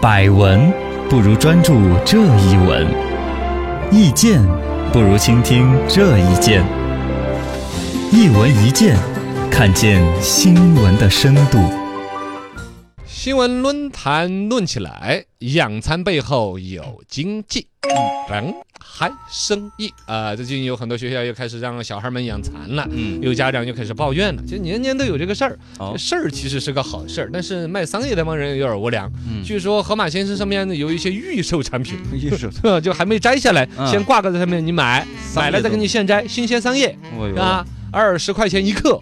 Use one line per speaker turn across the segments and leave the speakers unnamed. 百闻不如专注这一闻，意见不如倾听这一见。一闻一见，看见新闻的深度。
新闻论坛论起来，养蚕背后有经济，嗯人还生意啊、最近有很多学校又开始让小孩们养蚕了，
嗯
有家长就开始抱怨了，就年年都有这个事儿。
哦
这事儿其实是个好事儿，但是卖桑叶那帮人有点无良。
嗯
据说河马先生上面有一些预售产品，
艺术，
就还没摘下来，
嗯
先挂个在上面，你买，买了再给你现摘新鲜桑叶
哎呦，
啊，二十块钱一克。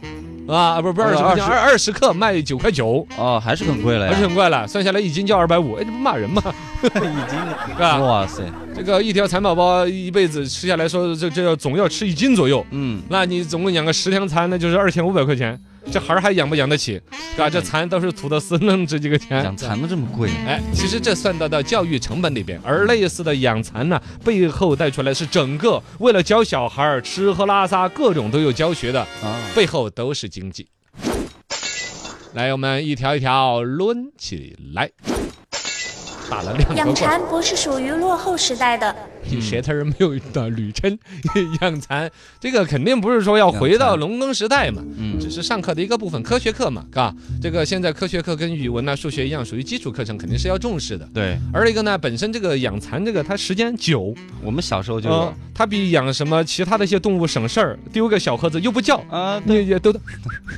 啊，不不是二十块钱，
20
二二十克卖九块九，
哦，还是很贵了
而且很怪了，算下来一斤就二百五，哎，这不骂 人吗？
已经
是吧？
哇塞，
这个一条蚕宝宝一辈子吃下来说，这这要总要吃一斤左右，
嗯，
那你总共养个十条蚕，那就是二千五百块钱，这孩儿还养不养得起？是吧？这蚕倒是吐的丝愣这几个钱，
嗯养蚕都这么贵，
哎，其实这算到到教育成本里边，而类似的养蚕呢，背后带出来是整个为了教小孩儿吃喝拉撒各种都有教学的，
啊，
背后都是经济。来，我们一条一条抡起来，打了两个
养
棍儿，
蚕不是属于落后时代的，
你舌头儿没有打捋抻。 养蚕这个肯定不是说要回
养
到
蚕
农耕时代嘛，
嗯
只是上课的一个部分，科学课嘛，嘎。这个现在科学课跟语文呐、数学一样，属于基础课程，肯定是要重视的。
对，
而一个呢，本身这个养蚕这个它时间久，
我们小时候就
呃
啊
有，
它比养什么其他的一些动物省事儿，丢个小盒子又不叫，
啊，
也也都，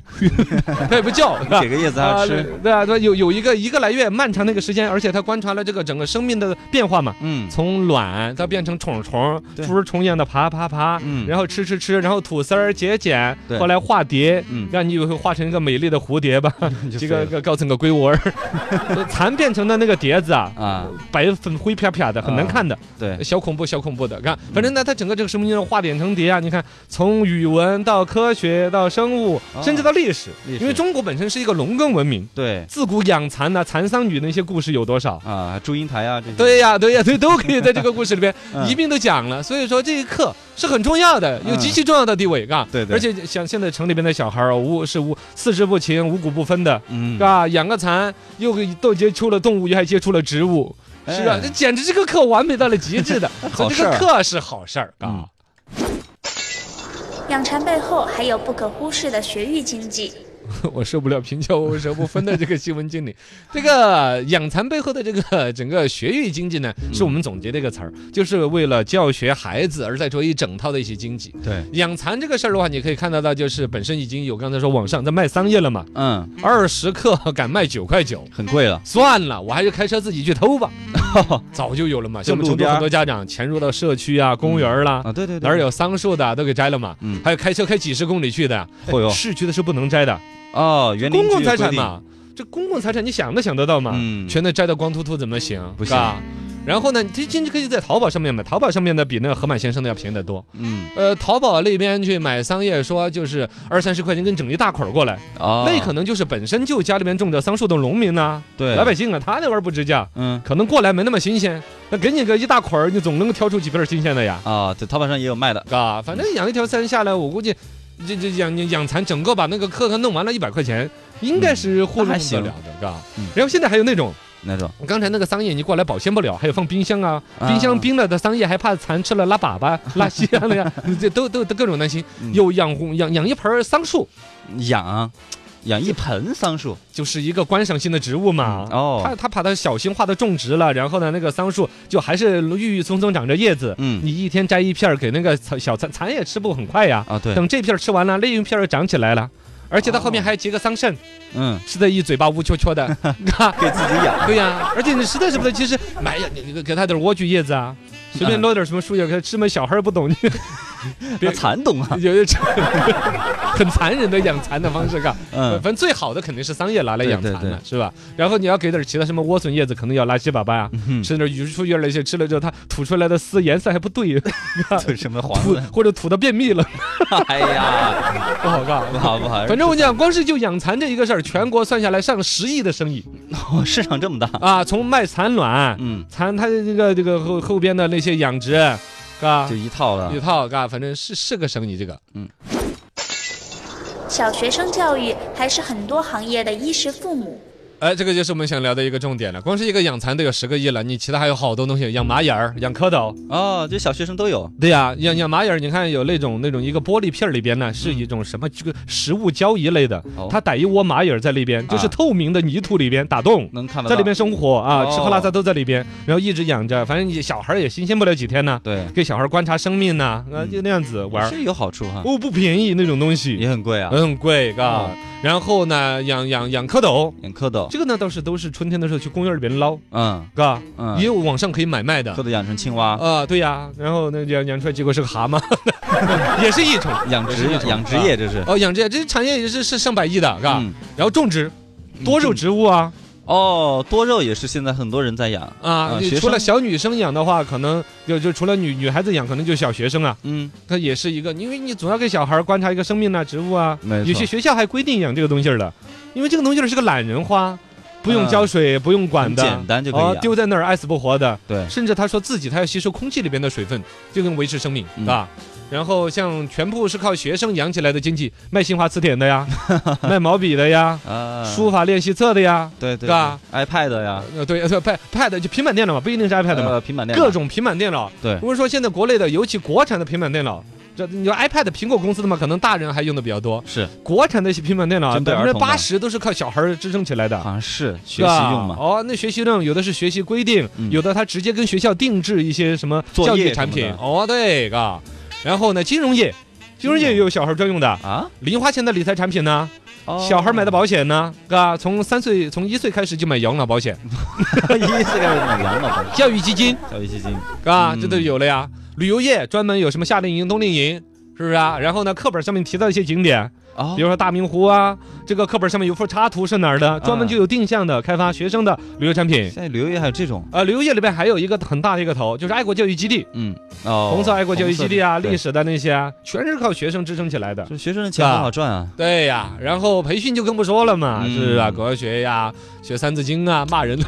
它也不叫，是吧
给个叶子还
啊
要吃，，
对啊，对，有有一个一个来月漫长的一个时间，而且它观察了这个整个生命的变化嘛，
嗯，
从卵到变成虫虫，
对
蛀虫一样的爬爬爬，
嗯
然后吃吃吃，然后吐丝儿节茧
对，
后来化蝶，
嗯
让你以为会化成一个美丽的蝴蝶吧，
就
这
废
个
了
个高层个龟窝儿， 蚕变成的那个碟子啊，
啊，
白粉灰啪啪的，很难看的，
对，嗯
小恐怖，小恐怖的。看，反正呢，它整个这个生命中化茧成蝶啊，你看，从语文到科学到生物
哦，
甚至到历史，
历史
因为中国本身是一个农耕文明，
对，
自古养蚕呐、蚕桑女那些故事有多少？
啊，祝英台啊，这些，
对呀，对呀，对，都可以在这个故事里 边
嗯
一并都讲了。所以说这一课是很重要的，有极其重要的地位，嘎。
对对
而且像现在城里边的小孩儿，无是无四肢不勤、五谷不分的，
嗯
是，吧？养个蚕，又给都接触了动物，又还接触了植物，是啊
哎，
这简直这个课完美到了极 致的。所以这
好事
个
儿
课是好事儿
嗯
啊。
养蚕背后还有不可忽视的学育经济。
我受不了贫穷我舍不分的这个新闻经理，这个养蚕背后的这个整个学育经济呢，
嗯
是我们总结的一个词儿，就是为了教学孩子而再做一整套的一些经济。
对，
养蚕这个事儿的话，你可以看得到，就是本身已经有刚才说网上在卖桑叶了嘛，
嗯，
二十克敢卖九块九，
很贵了，
算了，我还是开车自己去偷吧。 早就有了嘛，像我
嗯
们
就路
成都
边儿
很多家长潜入到社区啊、公园儿啦、
啊，对对对，
哪儿有桑树的啊都给摘了嘛。
嗯哦
还有开车开几十公里去的，
会有
市区的是不能摘的，
哎哦，园林
哎公共
局有
财
规
产
定，
嘛。这公共财产你想都想得到嘛，
嗯
全都摘得光秃秃怎么行？
不
是吧。然后呢，这甚至可以在淘宝上面买，淘宝上面的比那个盒马先生的要便宜得多。
嗯，
呃，淘宝那边去买桑叶，说就是二三十块钱给你整一大捆儿过来，
哦，
那可能就是本身就家里面种着桑树的农民呐、
对，
老百姓啊，他那玩意儿不值价，
嗯。
可能过来没那么新鲜，那给你个一大捆儿，你总能挑出几片儿新鲜的呀，
啊，对，淘宝上也有卖的，
啊，反正养一条蚕下来，我估计这这养养蚕整个把那个课课弄完了，一百块钱应该是糊
那还
弄得
行
了的，嘎
嗯。
然后现在还有那种，
那种
刚才那个桑叶你过来保鲜不了，还有放冰箱啊，
啊
冰箱冰了的桑叶还怕蚕吃了拉 粑粑、拉稀啊那样， 这都都都各种担心
嗯。
有养红养养一盆儿桑树，
养养一盆桑树，
就是一个观赏性的植物嘛
嗯。哦
它它把它小型化的种植了，然后呢，那个桑树就还是郁郁葱葱长着叶子。
嗯，
你一天摘一片儿给那个草小蚕蚕也吃不很快呀。
啊对，哦
等这片儿吃完了，那一片儿又长起来了。而且它后面还结个桑葚，
嗯，
吃的一嘴巴乌黢黢 的，啊
给自己养，
对呀、而且你实在是不得，其实买呀，你你给它点莴苣叶子啊，随便
嗯
捞点什么树叶，给它吃嘛，小孩儿不懂，你别
那蚕懂啊，
有 一种很残忍的养蚕的方式，嘎。
嗯
反， 正最好的肯定是桑叶拿来养蚕
对对
的，是吧？然后你要给点其他什么莴笋叶子，可能要拉稀粑粑呀，
嗯
吃点榆树叶那些，吃了之后它吐出来的丝颜色还不对，
对什么黄
吐
的，
或者吐的便秘了，
哎呀，
不好干。
不好不好，
反正我讲，光是就养蚕这一个事儿，全国算下来上十亿的生意
哦市场这么大，
啊！从卖蚕卵、
嗯，
蚕它这个这个后后边的那些养殖，嘎
就一套了
一，套嘎，反正是是个生意。这个
小学生教育还是很多行业的衣食父母。
哎，这个就是我们想聊的一个重点了。光是一个养蚕都有十个亿了，你其他还有好多东西，养蚂蚁儿、养蝌蚪，
哦，这小学生都有，
对呀、养养蚂蚁儿，你看有那种那种一个玻璃片儿里边呢，是一种什么这个食物胶一类的
哦，
它逮一窝蚂蚁儿在里边，就是
啊
透明的泥土里边打洞。
能看得
在
到。
里边生活啊，
哦
吃喝拉撒都在里边，然后一直养着，反正你小孩儿也新鲜不了几天呢。
对，
给小孩儿观察生命呐，啊，
嗯
就那样子玩儿。
是有好处哈，
哦，不便宜那种东西，
也很贵啊，
很贵，嘎
哦。
然后呢，养养养蝌蚪，
养蝌蚪，
这个呢倒是都是春天的时候去公园里边捞，
嗯
嘎，
嗯，
也有网上可以买卖的
蝌。蚪养成青蛙，
啊，对呀，然后那养养出来结果是个蛤 蟆，也是一种。
养殖
也是一种啊
养殖业这是，
哦，养殖业这产业也是是上百亿的，嘎。
嗯，
然后种植，多肉植物啊
哦，多肉也是现在很多人在养，
啊，
啊
你
学
除了
生
小女生养的话，可能就就除了女女孩子养，可能就小学生啊，
嗯，
它也是一个，因为你总要给小孩观察一个生命呐、植物啊。
没错
有些学校还规定养这个东西儿的，因为这个东西儿是个懒人花，不用
嗯
浇水，不用管的，
很简单就可以养
哦丢在那儿爱死不活的。
对，
甚至他说自己他要吸收空气里边的水分，就能维持生命，
嗯
啊。然后像全部是靠学生养起来的经济，卖新华词典的 呀，卖毛笔的呀，
啊，
书啊法练习册的呀，
对
是
对
吧
对，iPad 呀，
呃，对，呃对，pad pad 就平板电脑嘛，不一定是 iPad 嘛，
呃，平板电脑，
各种平板电脑。
对
如果说现在国内的，尤其国产的平板电脑。这你说 iPad，苹果公司的嘛，可能大人还用的比较多。
是，
国产的一些平板电脑啊，
针对
百
儿
分之
童的
八十都是靠小孩儿支撑起来的。
好像是
是
学习
吧
用嘛，
哦，那学习用有的是学习规定，
嗯
有的他直接跟学校定制一些什么
作
教育
业
产品
什么。的
哦，对，嘎。然后呢，金融业，金融业也有小孩专用的，
啊，
零花钱的理财产品呢，
哦
小孩买的
宝，
保险呢，嘎，从三岁从一岁开始就买养老保险，
一次开始买养老保
教育基金，
教育基金，
嘎，
嗯
这都有了呀。旅游业专门有什么夏令营、冬令营，是不是啊？然后呢，课本上面提到一些景点，
哦
比，如说大明湖啊，这个课本上面有幅插图是哪儿
啊
的，专门就有定向的开发学生的旅游产品。
现在旅游业还有这种，
呃，旅游业里边还有一个很大的一个头，就是爱国教育基地，
嗯，哦，
红色爱国教育基地啊，
红色的嗯
历，史的那些啊，全是靠学生支撑起来的
对。就学生的钱很好赚啊，
对呀，然后培训就更不说了嘛，
嗯
是不是啊？国学呀，学《三字经》啊，骂人。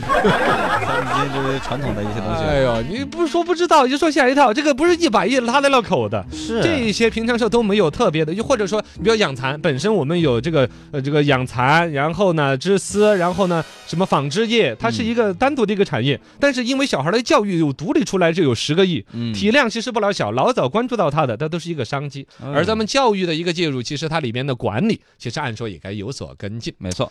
三字经就是传统的一些东
哎呦，你不说不知道，就说吓一跳，这个不是一百亿拉得了口的。
西，是
这些平常时候都没有特别的，就或者说，你比如养蚕，本身我们有这个呃这个养蚕，然后呢织丝，然后呢什么纺织业，它是一个单独的一个产业。但是因为小孩的教育有独立出来就有十个亿，
嗯
体量其实不老小，老早关注到它的，它都是一个商机。而咱
们
们教育的一个介入，其实它里面的管理，其实按说也该有所跟进。
没错。